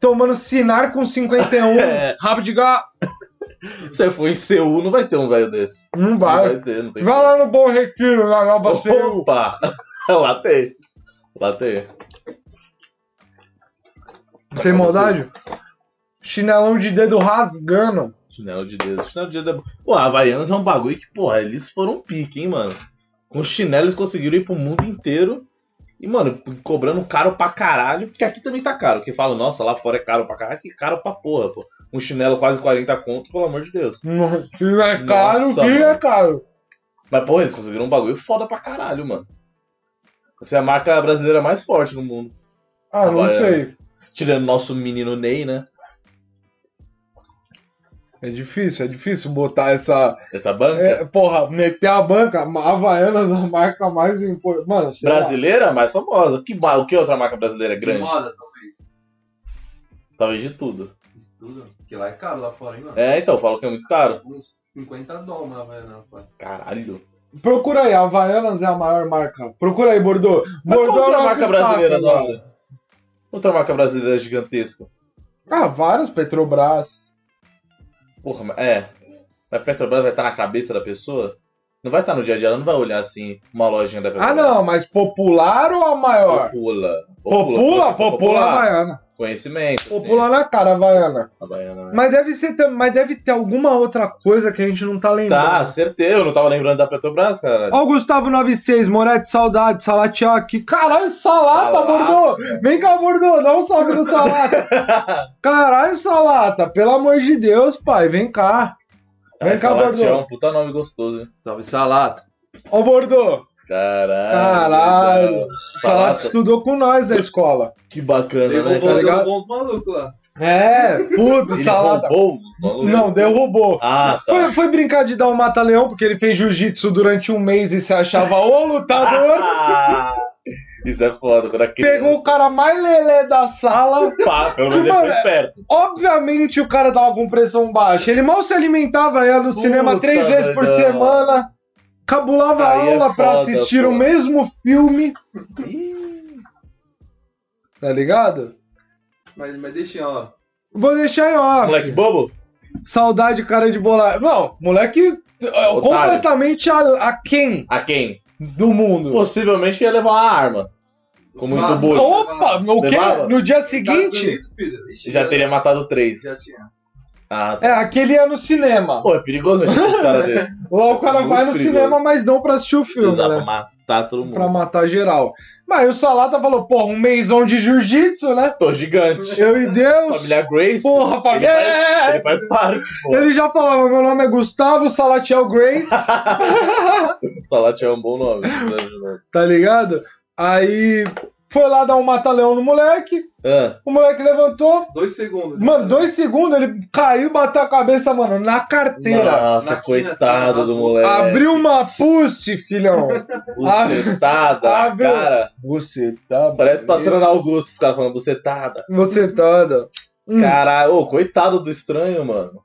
A: tomando Sinar com 51.
B: É.
A: Rabo de gato.
B: Você foi em Seul, não vai ter um velho desse.
A: Não
B: Não
A: vai.
B: vai ter, não tem
A: Vai lá no Bom Retiro, na Nova Seul.
B: Opa! Lá tem. Lá tem.
A: Tem maldade? Chinelão de dedo rasgando.
B: Chinelo de dedo. Chinelo de dedo. Pô, a Havaianas é um bagulho que, porra, eles foram um pique, hein, mano. Com chinelo eles conseguiram ir pro mundo inteiro. E, mano, cobrando caro pra caralho. Porque aqui também tá caro. Que fala, nossa, lá fora é caro pra caralho. Que caro pra porra, pô. Um chinelo quase 40 conto, pelo amor de Deus.
A: Não, Se não é caro,
B: Nossa,
A: se não é
B: mano.
A: caro.
B: Mas, porra, eles conseguiram um bagulho foda pra caralho, mano. Essa é a marca brasileira mais forte no mundo.
A: Ah, não
B: Vai, é.
A: sei.
B: Tirando nosso menino Ney, né?
A: É difícil, é difícil botar essa.
B: Essa banca.
A: é, porra, meter a banca, a Havaianas, é a marca mais importante. Mano, sei lá.
B: brasileira mais famosa. Que, ma- que outra marca brasileira
E: De
B: É grande?
E: moda, talvez.
B: Talvez de tudo.
E: Tudo. Porque lá é caro lá fora, hein, mano?
B: É, então, falam que é muito caro.
E: Uns 50 dólares uma Havaiana lá fora.
B: Caralho.
A: Procura aí, a Havaianas é a maior marca. Procura aí, Bordeaux.
B: Mas qual
A: Bordeaux
B: outra
A: é o nosso
B: marca brasileira,
A: destaque,
B: Laura? Outra marca brasileira gigantesca.
A: Ah, vários Petrobras.
B: Porra, mas- é. Mas Petrobras vai estar na cabeça da pessoa? Não vai estar no dia a dia, ela não vai olhar assim uma lojinha da
A: Ah,
B: Petrobras.
A: não, mas popular ou a maior?
B: Popula.
A: Popula, popula,
B: popular.
A: Havaiana.
B: Conhecimento. sim. né?
A: Popula na cara, Havaiana.
B: Havaiana.
A: Mas deve ser, tam- mas deve ter alguma outra coisa que a gente não tá
B: Tá,
A: lembrando.
B: certeza. Eu não tava lembrando da Petrobras, cara.
A: Ó, o Gustavo 96, Moretti, saudade, Salatiel aqui. Caralho, salata,
B: Salata.
A: Bordeaux! Vem cá, Bordeaux, dá um salve no salata. Caralho, salata, pelo amor de Deus, pai, vem cá. Vem cá,
B: Salatiel é
A: Bordeaux.
B: um puta nome gostoso, hein?
E: Salve salata.
A: Ó, Bordeaux,
B: Caralho.
A: Caralho.
B: legal.
A: salata
B: Salata.
A: estudou com nós na escola.
B: Que bacana, né?
E: Derrubou,
A: tá ligado?
E: derrubou uns malucos lá.
A: É, puto,
B: Ele
A: salata.
B: roubou os malucos?
A: Não, derrubou.
B: Ah, tá.
A: Foi, foi brincar de dar um mata-leão, porque ele fez jiu-jitsu durante um mês e se achava o lutador.
B: Ah, Isso é foda, quando a criança
A: Pegou o cara mais lelé da sala.
B: pá, pelo menos ele
A: Mano,
B: foi esperto.
A: Obviamente o cara tava com pressão baixa. Ele mal se alimentava, ia no
B: Puta
A: cinema três vezes por
B: merda.
A: semana. Cabulava
B: Aí é
A: aula pra
B: foda,
A: assistir
B: pô.
A: o mesmo filme,
B: Ih,
A: tá ligado?
E: Mas, mas deixa, ó.
A: Vou deixar em off.
B: Moleque bobo?
A: Saudade, cara de bolar. Não, moleque é, completamente a, quem
B: A quem?
A: do mundo.
B: Possivelmente ia levar uma arma. Com muito
E: Nossa,
B: bolho.
A: Opa, é o quê?
B: Levava?
A: No dia
E: Estados
A: seguinte?
E: Unidos, filho. Ixi,
B: Já teria matado três.
E: Já tinha.
B: Ah, tá.
A: É, aquele é no cinema.
B: Pô, é perigoso mexer com os caras desses.
A: Lá o cara
B: Muito
A: vai no
B: perigoso.
A: cinema, mas não pra assistir o filme,
B: Precisava
A: né?
B: matar todo
A: Pra
B: mundo.
A: matar geral. Mas aí o Salata falou, porra, um meizão de jiu-jitsu, né?
B: Tô gigante.
A: Eu e Deus.
B: Família Grace.
A: Porra, família.
B: Ele faz-
A: É, é,
B: Ele faz parte,
A: é. Ele já falava, meu nome é Gustavo Salatiel Grace.
B: pô. Salatiel é um bom nome.
A: tá ligado? Aí Foi lá dar um mata-leão no moleque.
B: Ah,
A: O moleque levantou.
E: Dois segundos.
A: Mano, dois segundos ele caiu, bateu a cabeça, mano, na carteira.
B: nossa,
E: Na quina,
B: coitado
E: assim,
B: do moleque.
A: Abriu uma puste, filhão.
B: Bucetada,
A: Abriu.
B: cara.
A: Você tá.
B: Parece passando na Augusto, os caras falando bucetada.
A: Você tá. né? Hum.
B: Caralho, ô, coitado do estranho, mano.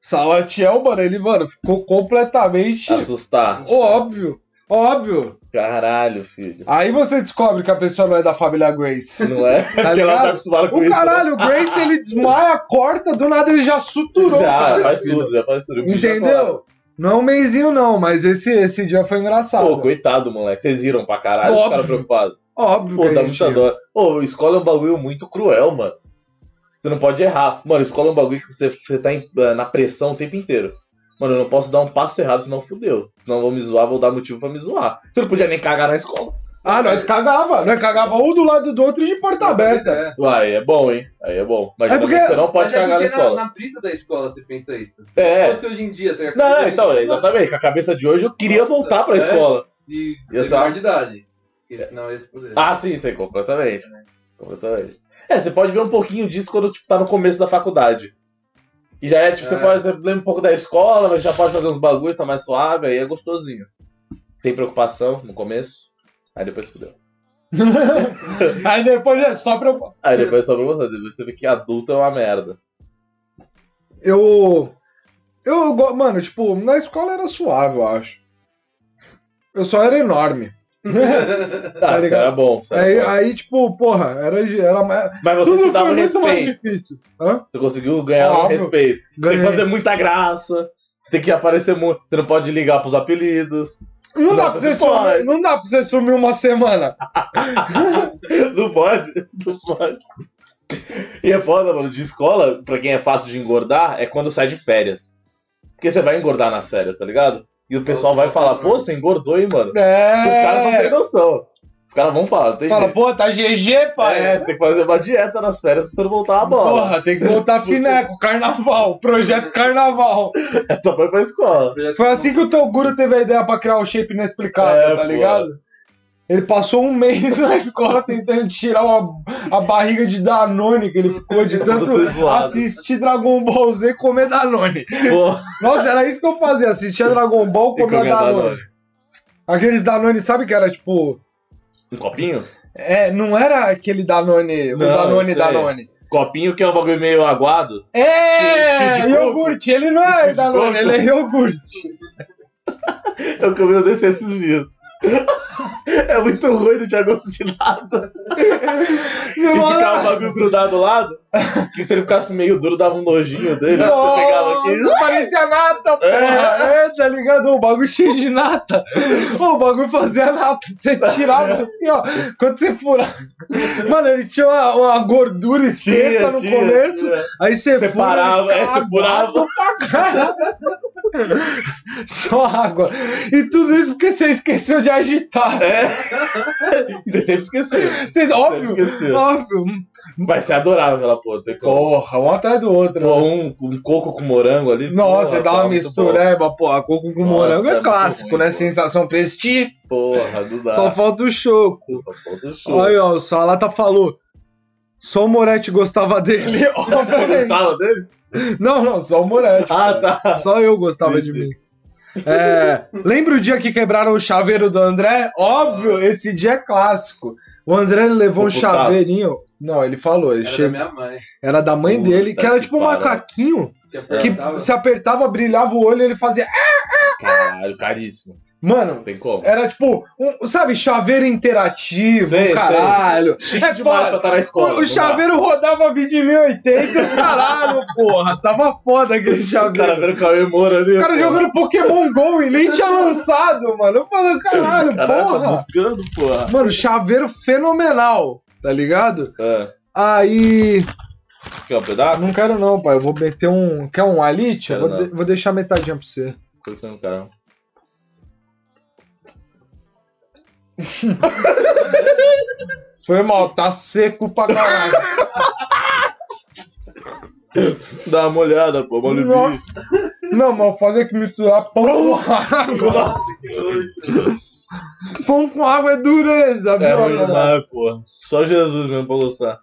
A: Salatiel, mano, ele, mano, ficou
B: Tá
A: completamente
B: Assustar.
A: óbvio. Óbvio.
B: Caralho, filho.
A: Aí você descobre que a pessoa não é da família Grace.
B: Não é? Porque ela
A: ligado?
B: tá acostumada com
A: O
B: isso.
A: caralho, o Grace ele desmaia, corta, do nada ele já suturou.
B: Já,
A: cara.
B: faz tudo, já faz tudo. O bicho já
A: Entendeu? Não é um meizinho, não, mas esse, esse dia foi engraçado.
B: Pô, coitado, moleque. Vocês viram pra caralho, os
A: Óbvio.
B: caras preocupados.
A: Óbvio
B: Pô,
A: que
B: dá
A: a gente-
B: muita dó. Pô, escola é um bagulho muito cruel, mano. Você não pode errar. Mano, escola é um bagulho que você, você tá em- na pressão o tempo inteiro. Mano, eu não posso dar um passo errado, senão fudeu. Senão eu vou me zoar, vou dar motivo pra me zoar. Você não podia nem cagar na escola.
A: Ah, nós cagava. Nós cagava um do lado do outro e de porta tá aberta.
E: É,
B: Uai, é bom, hein? Aí é bom. Mas
A: É
B: geralmente
A: porque-
B: você não pode
E: Mas é
B: cagar na
E: porque
B: escola.
E: Na, na brisa da escola você pensa isso.
B: É.
E: Se fosse hoje em dia, tá ligado?
B: Não, não, então, é exatamente. Com a cabeça de hoje, eu queria
E: Nossa,
B: voltar pra
E: é?
B: escola.
E: E
B: Ia
E: ser
B: ser
E: maior
B: uma-
E: de idade. Porque senão ia se poder.
B: Ah, sim, sei, completamente.
A: É, né?
B: Completamente. É, você pode ver um pouquinho disso quando tipo, tá no começo da faculdade. E já é, tipo, você
E: É.
B: pode você lembra um pouco da escola, mas já pode fazer uns bagulhos, tá mais suave, aí é gostosinho. Sem preocupação no começo. Aí depois fudeu.
A: Aí depois é só pra.
B: Aí depois é só pra você, depois você vê que adulto é uma merda.
A: Eu. Eu. go- Mano, tipo, na escola era suave, eu acho. Eu só era enorme.
B: Ah, isso
A: Tá ligado?
B: era bom. isso era
A: Aí,
B: bom.
A: aí, tipo, porra, era. era
B: Mas você se
A: tudo
B: dava
A: foi muito mais
B: respeito.
A: difícil. Hã?
B: Você conseguiu ganhar um
A: Óbvio.
B: respeito. Tem que
A: Ganhei.
B: fazer muita graça. Você tem que aparecer muito. Você não pode ligar pros apelidos.
A: Não, dá
B: Nossa,
A: pra você
B: você pode.
A: sumir, não dá pra você sumir uma semana.
B: Não pode. Não pode. E é foda, mano. De escola, pra quem é fácil de engordar, é quando sai de férias. Porque você vai engordar nas férias, tá ligado? E o pessoal vai falar, pô, você engordou, hein, mano?
A: É.
B: Os caras não têm noção. Os caras vão falar, não tem
A: Fala,
B: jeito.
A: pô, tá GG, pai.
B: É, você tem que fazer uma dieta nas férias pra você não voltar a bola.
A: Porra, tem que voltar fineco, carnaval, projeto carnaval.
B: Essa foi pra escola.
A: Foi assim que o Toguro teve a ideia pra criar o shape inexplicável,
B: É,
A: tá
B: pô.
A: ligado? Ele passou um mês na escola tentando tirar uma- a barriga de Danone, que ele ficou de
B: Pra
A: tanto
B: você zoado.
A: assistir Dragon Ball Z e comer Danone.
B: Porra,
A: Nossa, era isso que eu fazia, assistia Dragon Ball
B: e
A: e comer
B: comer
A: Danone.
B: Danone.
A: Aqueles Danone, sabe que era tipo...
B: Um copinho?
A: É, não era aquele Danone, o
B: Não,
A: Danone
B: sei.
A: Danone.
B: Copinho que é um bagulho meio aguado. Cheio
A: É,
B: de coco.
A: iogurte, ele não é
B: Cheio de coco.
A: Danone, ele é iogurte. É
B: Eu comi um desse esses dias. É muito ruim, não tinha gosto de nada. E ficava o bagulho grudado do lado, que se ele ficasse meio duro, dava um nojinho dele.
A: Nossa,
B: Você pegava aqui.
A: parecia nata, porra. É. tá ligado? O bagulho cheio de nata. O bagulho fazia nata. Você tirava assim, ó. Quando você furava. Mano, ele tinha uma, uma gordura espessa
B: Tinha,
A: no
B: tinha,
A: começo.
B: tinha.
A: Aí você
B: Você
A: fura, ele
B: parava, é, você
A: ficava
B: furava.
A: aguado pra caralho. Só água. E tudo isso porque você esqueceu de agitar.
B: É. Você sempre esqueceu.
A: Vocês- óbvio,
B: Sempre esqueceu.
A: óbvio.
B: Mas você adorava aquela porra. Tem como-
A: Porra, um atrás do outro.
B: Pô, um, um coco com morango ali.
A: Nossa,
B: porra,
A: dá uma
B: tava muito bom.
A: mistureba, porra. Coco com
B: Nossa,
A: morango
B: é
A: é
B: muito
A: clássico,
B: ruim,
A: né?
B: pô.
A: Sensação presti.
B: Porra, não dá.
A: Só falta o choco.
B: Só falta o show.
A: Olha, ó, o Salata falou. Só o Moretti gostava dele.
B: Você
A: obviamente.
B: gostava dele?
A: não, não, só o Moretti.
B: Ah, tá.
A: Só eu gostava
B: Sim,
A: de
B: sim.
A: mim. É, lembra o dia que quebraram o chaveiro do André? Óbvio, esse dia é clássico. O André ele levou um
B: Ficou putaço.
A: chaveirinho. Não, ele falou, ele
E: Era
A: chegou-
E: da minha mãe.
A: era da mãe
B: Puta
A: dele, que era
B: que
A: tipo um
B: pariu.
A: macaquinho
B: É.
E: Que é
A: que
E: apertava.
A: se apertava, brilhava o olho e ele fazia.
B: Caralho, caríssimo.
A: Mano,
B: Não tem como.
A: Era tipo, um, sabe, chaveiro interativo,
B: Sei,
A: caralho.
B: Chique
A: É
B: demais
A: foda.
B: pra estar na escola.
A: O, o
B: não dá.
A: chaveiro rodava vídeo em 1080, os caralho, porra. Tava foda aquele
B: O cara
A: chaveiro.
B: vendo é o Cauê Moura ali.
A: O cara
B: pô.
A: jogando Pokémon GO e nem tinha lançado, mano. Eu falando, caralho,
B: Caralho, tá
A: porra.
B: buscando, porra.
A: Mano, chaveiro fenomenal, tá ligado?
B: É.
A: Aí.
B: Quer um pedaço?
A: Ah, Não quero não, pai. Eu vou meter um. Quer um Alite? Eu
B: Quero
A: Vou, de- vou deixar metadinha pra você.
B: Tô tentando, cara.
A: Foi mal, tá seco pra caralho.
B: Dá uma olhada, pô. Olha o
A: Nossa.
B: bicho.
A: Não, mas fazer que misturar pão com água.
B: Nossa, que doido.
A: Pão com água é dureza,
B: É
A: meu
B: ruim
A: amor.
B: demais, pô. Só Jesus mesmo pra gostar.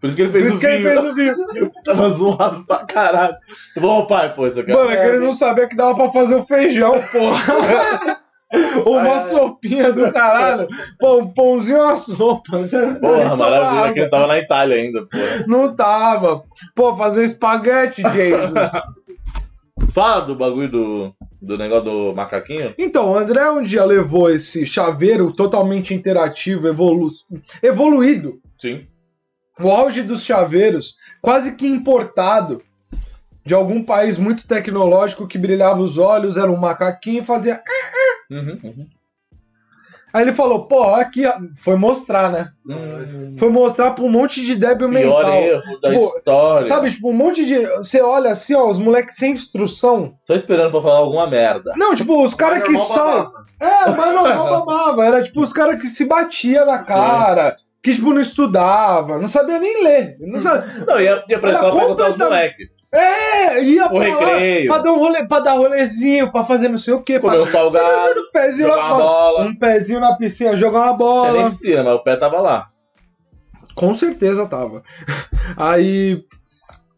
B: Por isso que ele
A: Por
B: fez
A: isso
B: o
A: que ele
B: vinho. né?
A: fez o vinho.
B: Tava zoado pra caralho. Bom, pai, pô, isso aqui.
A: Mano, é que ele não sabia que dava pra fazer o feijão, porra. Ou
B: Ai,
A: uma
B: ai.
A: sopinha do caralho. Pô, um pãozinho e uma sopa.
B: Porra, maravilha.
A: água.
B: Que ele tava na Itália ainda, pô.
A: Não tava. Pô, fazer um espaguete, Jesus.
B: Fala do bagulho do, do negócio do macaquinho.
A: Então, o André um dia levou esse chaveiro totalmente interativo, evolu evoluído,
B: Sim.
A: o auge dos chaveiros, quase que importado de algum país muito tecnológico que brilhava os olhos, era um macaquinho e fazia.
B: Uhum, uhum.
A: Aí ele falou, pô, aqui ó. foi mostrar, né?
B: Hum,
A: Foi mostrar pra um monte de débil
B: pior
A: mental.
B: erro da
A: Tipo,
B: história.
A: Sabe, tipo, um monte de. Você olha assim, ó, os moleques sem instrução.
B: Só esperando pra falar alguma merda.
A: Não, tipo, os caras que
E: Normal
A: são.
E: babava.
A: É, mas não, não babava. Era tipo os caras que se batia na cara, que tipo não estudava, não sabia nem ler. Não sabia.
B: Não, ia, ia pra
A: Era
B: escola pra contar os
A: completamente-
B: moleques.
A: É, ia
B: O
A: pra, lá,
B: recreio,
A: pra dar um rolê, pra dar rolezinho, pra fazer não sei o quê,
B: comer
A: pra
B: um salgado,
A: um pezinho
B: jogar
A: lá
B: uma bola.
A: Um pezinho na piscina, jogar uma
B: Tinha nem
A: bola.
B: piscina, mas o pé tava lá.
A: Com certeza tava. Aí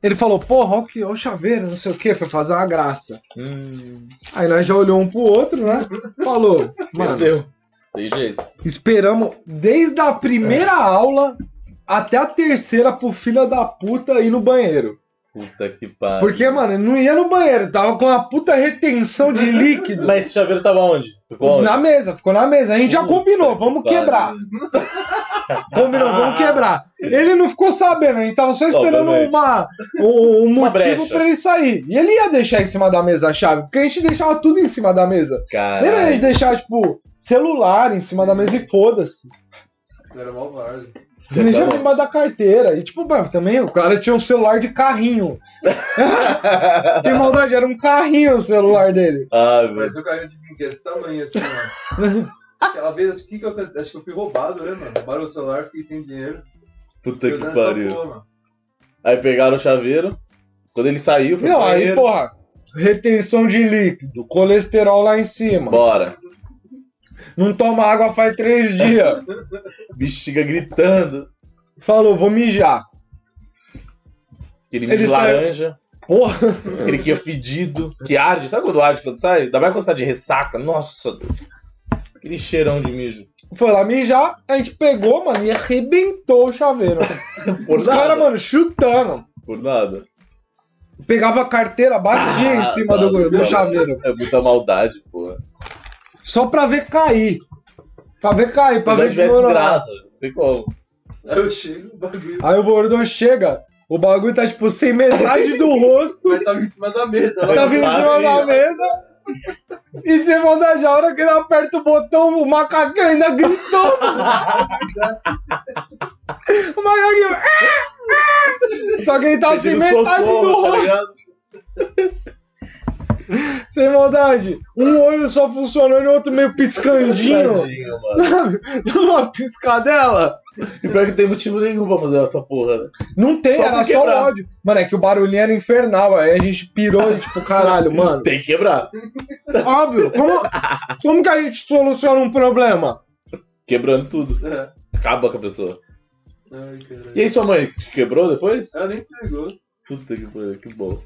A: ele falou, porra, ó, que, ó o chaveiro, não sei o quê, foi fazer uma graça.
B: Hum,
A: Aí nós já olhou um pro outro, né? Falou, mano,
B: perdeu. Tem jeito.
A: Esperamos desde a primeira
B: É.
A: aula até a terceira pro filho da puta ir no banheiro.
B: Puta que pariu.
A: Porque, mano, ele não ia no banheiro, tava com uma puta retenção de líquido.
B: Mas esse chaveiro tava onde? Ficou onde?
A: Na mesa, ficou na mesa. A gente já
B: Puta
A: combinou, vamos
B: pariu.
A: quebrar. Combinou, vamos quebrar. Ele não ficou sabendo, a gente tava só esperando
B: Obviamente.
A: uma, um, um
B: Uma
A: motivo
B: brecha.
A: pra ele sair. E ele ia deixar em cima da mesa a chave, porque a gente deixava tudo em cima da mesa. Lembra a gente
B: Caralho.
A: deixar, tipo, celular em cima da mesa e foda-se.
E: Era mó várzea.
B: Você
A: Você
B: tá
A: já
B: louco.
A: lembra da carteira. E tipo, mano, também o cara tinha um celular de carrinho. Que maldade, era um carrinho o celular dele.
B: Ai, velho.
E: Parecia um carrinho de brinquedo desse tamanho, assim, mano. Aquela vez, o que que aconteceu? Acho que eu fui roubado, né, mano? Roubaram o celular, fiquei sem dinheiro.
B: Puta
E: Eu
B: que
E: dando essa
B: pariu.
E: porra, mano.
B: Aí pegaram o chaveiro. Quando ele saiu, foi
A: Não,
B: pro
A: aí,
B: banheiro.
A: porra, retenção de líquido, colesterol lá em cima.
B: Bora.
A: Não toma água faz três dias.
B: Bexiga gritando.
A: Falou, vou mijar.
B: Aquele milho
A: Ele
B: de
A: saiu-
B: laranja.
A: Porra,
B: Aquele que é fedido. Que arde. Sabe quando arde quando sai? Ainda mais quando sai de ressaca. Nossa. Deus. Aquele cheirão de mijo.
A: foi lá mijar, a gente pegou, mano, e arrebentou o chaveiro.
B: Por
A: Os caras,
B: nada.
A: mano, chutando.
B: Por nada.
A: Pegava a carteira, batia em
B: Ah,
A: cima do,
B: nossa,
A: do
B: mano.
A: chaveiro.
B: É muita maldade, porra.
A: Só pra ver cair. Pra ver cair, pra
B: Mas
A: ver
B: tiver
A: desmoronar.
B: desgraça. Não tem como.
E: Aí eu chego, o bagulho
B: Ah,
A: Aí o Bordô chega, o bagulho tá tipo sem metade do rosto,
E: mas tava em cima da mesa. lá.
A: tá vindo
B: Vazio.
A: na mesa. E sem vontade, a hora que ele aperta o botão, o macaquinho ainda gritou. o macaquinho. "Ah, ah". Só que ele tava sem
B: Pedindo
A: metade do
B: socorro, tá
A: rosto.
B: ligado?
A: sem maldade. Um olho só funcionando e o outro meio piscandinho.
B: Tadinho, mano.
A: Dá uma piscadela.
B: E pior que não tem motivo nenhum pra fazer essa porra. né?
A: Não tem,
B: Só pra
A: era só
B: quebrar.
A: ódio. Mano, é que o barulhinho era infernal. Aí a gente pirou e tipo, caralho, mano.
B: Tem que quebrar.
A: Óbvio. Como, como que a gente soluciona um problema?
B: Quebrando tudo.
E: É.
B: Acaba com a pessoa.
E: Ai, caralho.
B: E aí sua mãe te quebrou depois?
E: Ela nem se ligou.
B: Puta que pariu, que bom.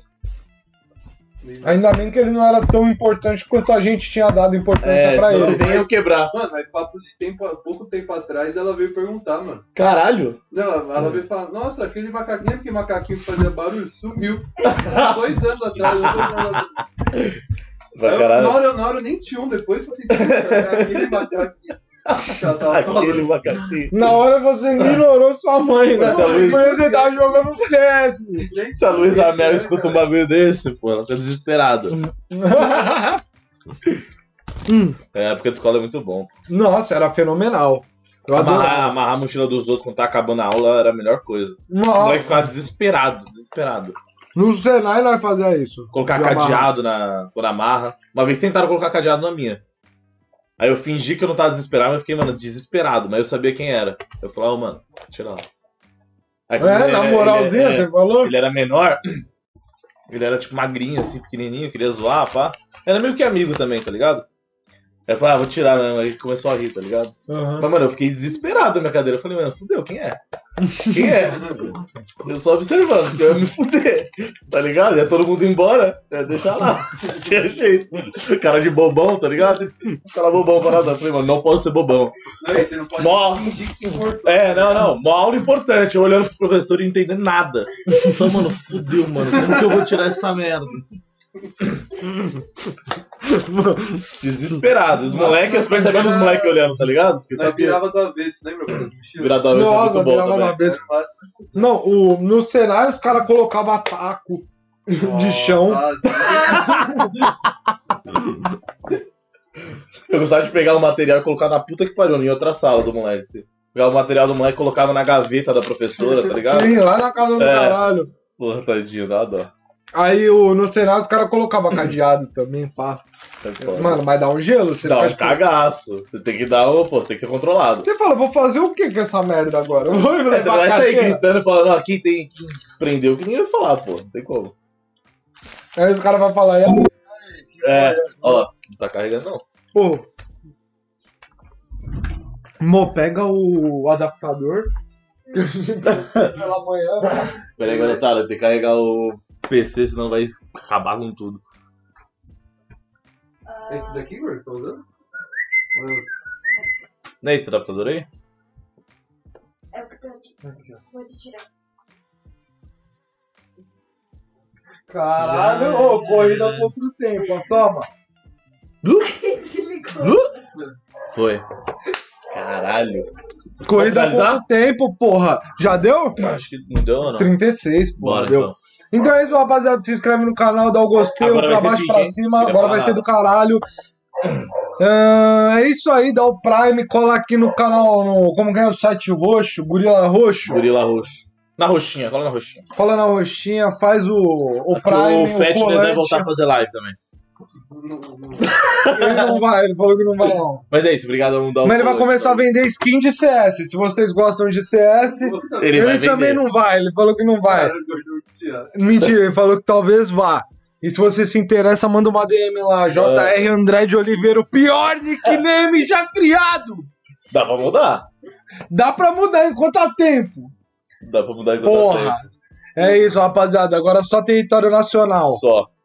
E: Nem-
A: Ainda bem que ele não era tão importante quanto a gente tinha dado importância
B: É,
A: pra
B: senão
A: ele.
B: vocês nem iam quebrar.
E: Mano, mas papo de tempo, há pouco tempo atrás, ela veio perguntar, mano.
B: Caralho.
E: Não, ela,
B: É.
E: ela veio falar, nossa, aquele macaquinho, lembra que macaquinho que fazia barulho sumiu. Há dois anos atrás, dois anos atrás.
B: Vai
E: Eu- Na
B: caralho.
E: hora, na hora eu nem tinha um, depois eu fiquei "Cara, aquele macaquinho. Ela tava
B: Ah, Aquele
E: falando.
B: macaquinho.
A: Na hora você ignorou sua mãe, né?
B: Essa luz-
A: Mas você tava jogando CS.
E: Nem
B: Se a Luísa
E: sabia,
B: Amel
E: né,
B: escuta um
E: cara?
B: bagulho desse, pô, ela tá desesperada.
A: Hum,
B: É, a época de escola é muito bom.
A: Nossa, era fenomenal. Eu adorava.
B: Amarrar, amarrar a mochila dos outros quando tá acabando a aula era a melhor coisa. O moleque
A: Nossa,
B: ficava desesperado, desesperado.
A: no Senai nós fazia isso.
B: Colocar
A: De amarrar.
B: cadeado na, quando amarra. Uma vez tentaram colocar cadeado na minha. Aí eu fingi que eu não tava desesperado, mas eu fiquei, mano, desesperado. Mas eu sabia quem era. Eu falava, "Ô, mano, tira lá. Aí, quando
A: É,
B: ele
A: na
B: era-
A: moralzinha,
B: ele, é-
A: você falou?
B: ele era menor, ele era tipo magrinho, assim, pequenininho, queria zoar, pá. Era meio que amigo também, tá ligado? Aí eu falei, ah, vou tirar mesmo. Aí começou a rir, tá ligado?
A: Aham.
B: Mas, mano, eu fiquei desesperado na minha cadeira. Eu falei, mano, fudeu, quem é? Quem é? Eu só observando, porque eu ia me fuder, tá ligado? Ia todo mundo embora, ia deixar lá. Não tinha jeito. Cara de bobão, tá ligado? Cara bobão parado. Eu falei, mano, não posso ser bobão.
E: Não, e você não pode
B: Mó-
E: fingir que se importou.
B: É, não, não. Uma aula importante, eu olhando pro professor e não entendendo nada. Eu falei, mano, fudeu, mano. Como que eu vou tirar essa merda? Desesperado. Os moleques, eu percebendo os moleques olhando, tá ligado? Porque
E: Nós
B: sabia.
E: virava do avesso, lembra? Quando mexia?
B: Virar da vez é
A: Nossa,
B: muito bom
A: virava
B: também.
A: da vez.
E: Era fácil.
A: Não, o, no cenário os caras colocavam taco de chão.
B: tá
E: Nossa,
B: Eu gostava de pegar o material e colocar na puta que pariu, em outra sala do moleque. assim. Pegava o material do moleque e colocava na gaveta da professora, tá ligado?
A: Sim, lá na casa do
B: É.
A: caralho.
B: Porra, tadinho, dá dó.
A: Aí o, no cenário os caras colocavam cadeado também, pá.
B: É foda.
A: Mano, mas dá um gelo. Você,
B: dá
A: faz-
B: um cagaço. Você tem que dar um, pô, você tem que ser controlado.
A: você fala, vou fazer o que com essa merda agora? Eu Vou
B: Aí É, Você
A: levar a
B: vai sair
A: carteira.
B: gritando, falando, "Não, aqui tem que prender o que ninguém vai falar, pô. Não tem como.
A: Aí os caras vão falar, é,
B: É, ó, não tá carregando não.
A: pô. Mo, pega o adaptador. que a gente tá Pela manhã.
B: Pera aí, garotada, tem que carregar o PC, senão vai acabar com tudo.
E: é esse daqui, Igor? Tá usando? Ou eu-
B: Não é esse adaptador aí?
C: É o que tá aqui. Vou te tirar.
A: Caralho, ô, corrida contra o tempo, ó, toma.
C: Desligou.
B: Foi. Caralho.
A: Corrida
B: finalizar?
A: contra o tempo, porra. Já deu?
B: Acho que não deu, não.
A: 36, porra,
B: Bora,
A: deu.
B: então.
A: Então é isso, rapaziada. Se inscreve no canal, dá o gostei,
B: Agora
A: pra
B: vai ser
A: baixo,
B: pique,
A: pra
B: hein?
A: cima.
B: Queria
A: Agora vai
B: falar.
A: ser do caralho. Ah, é isso aí, dá o Prime, cola aqui no canal, no, como ganha o site roxo, Gorila Roxo.
B: Gorila roxo. Na roxinha, cola na roxinha.
A: Cola na roxinha, faz o, o Prime,
B: o
A: o,
B: Fatness vai
A: colante.
B: voltar a fazer live também.
E: não- não-
A: Ele não vai, ele falou que não vai não.
B: Mas é isso, obrigado a um dar o
A: Mas ele vai
B: follow aí,
A: começar a vender skin de CS. Se vocês gostam de CS, ele,
E: não-
B: Ele, vai
A: também
B: vender.
A: não vai, ele falou que não vai.
E: Cara, eu vou tirar.
A: Mentira, ele falou que talvez vá. E se você se interessa, manda uma DM lá. JR André de Oliveira, o pior nickname já criado.
B: Dá pra mudar.
A: Dá pra mudar enquanto há tempo.
B: Dá pra mudar enquanto
A: Porra. É isso, rapaziada. Agora só território
B: tá
A: nacional.
B: Só.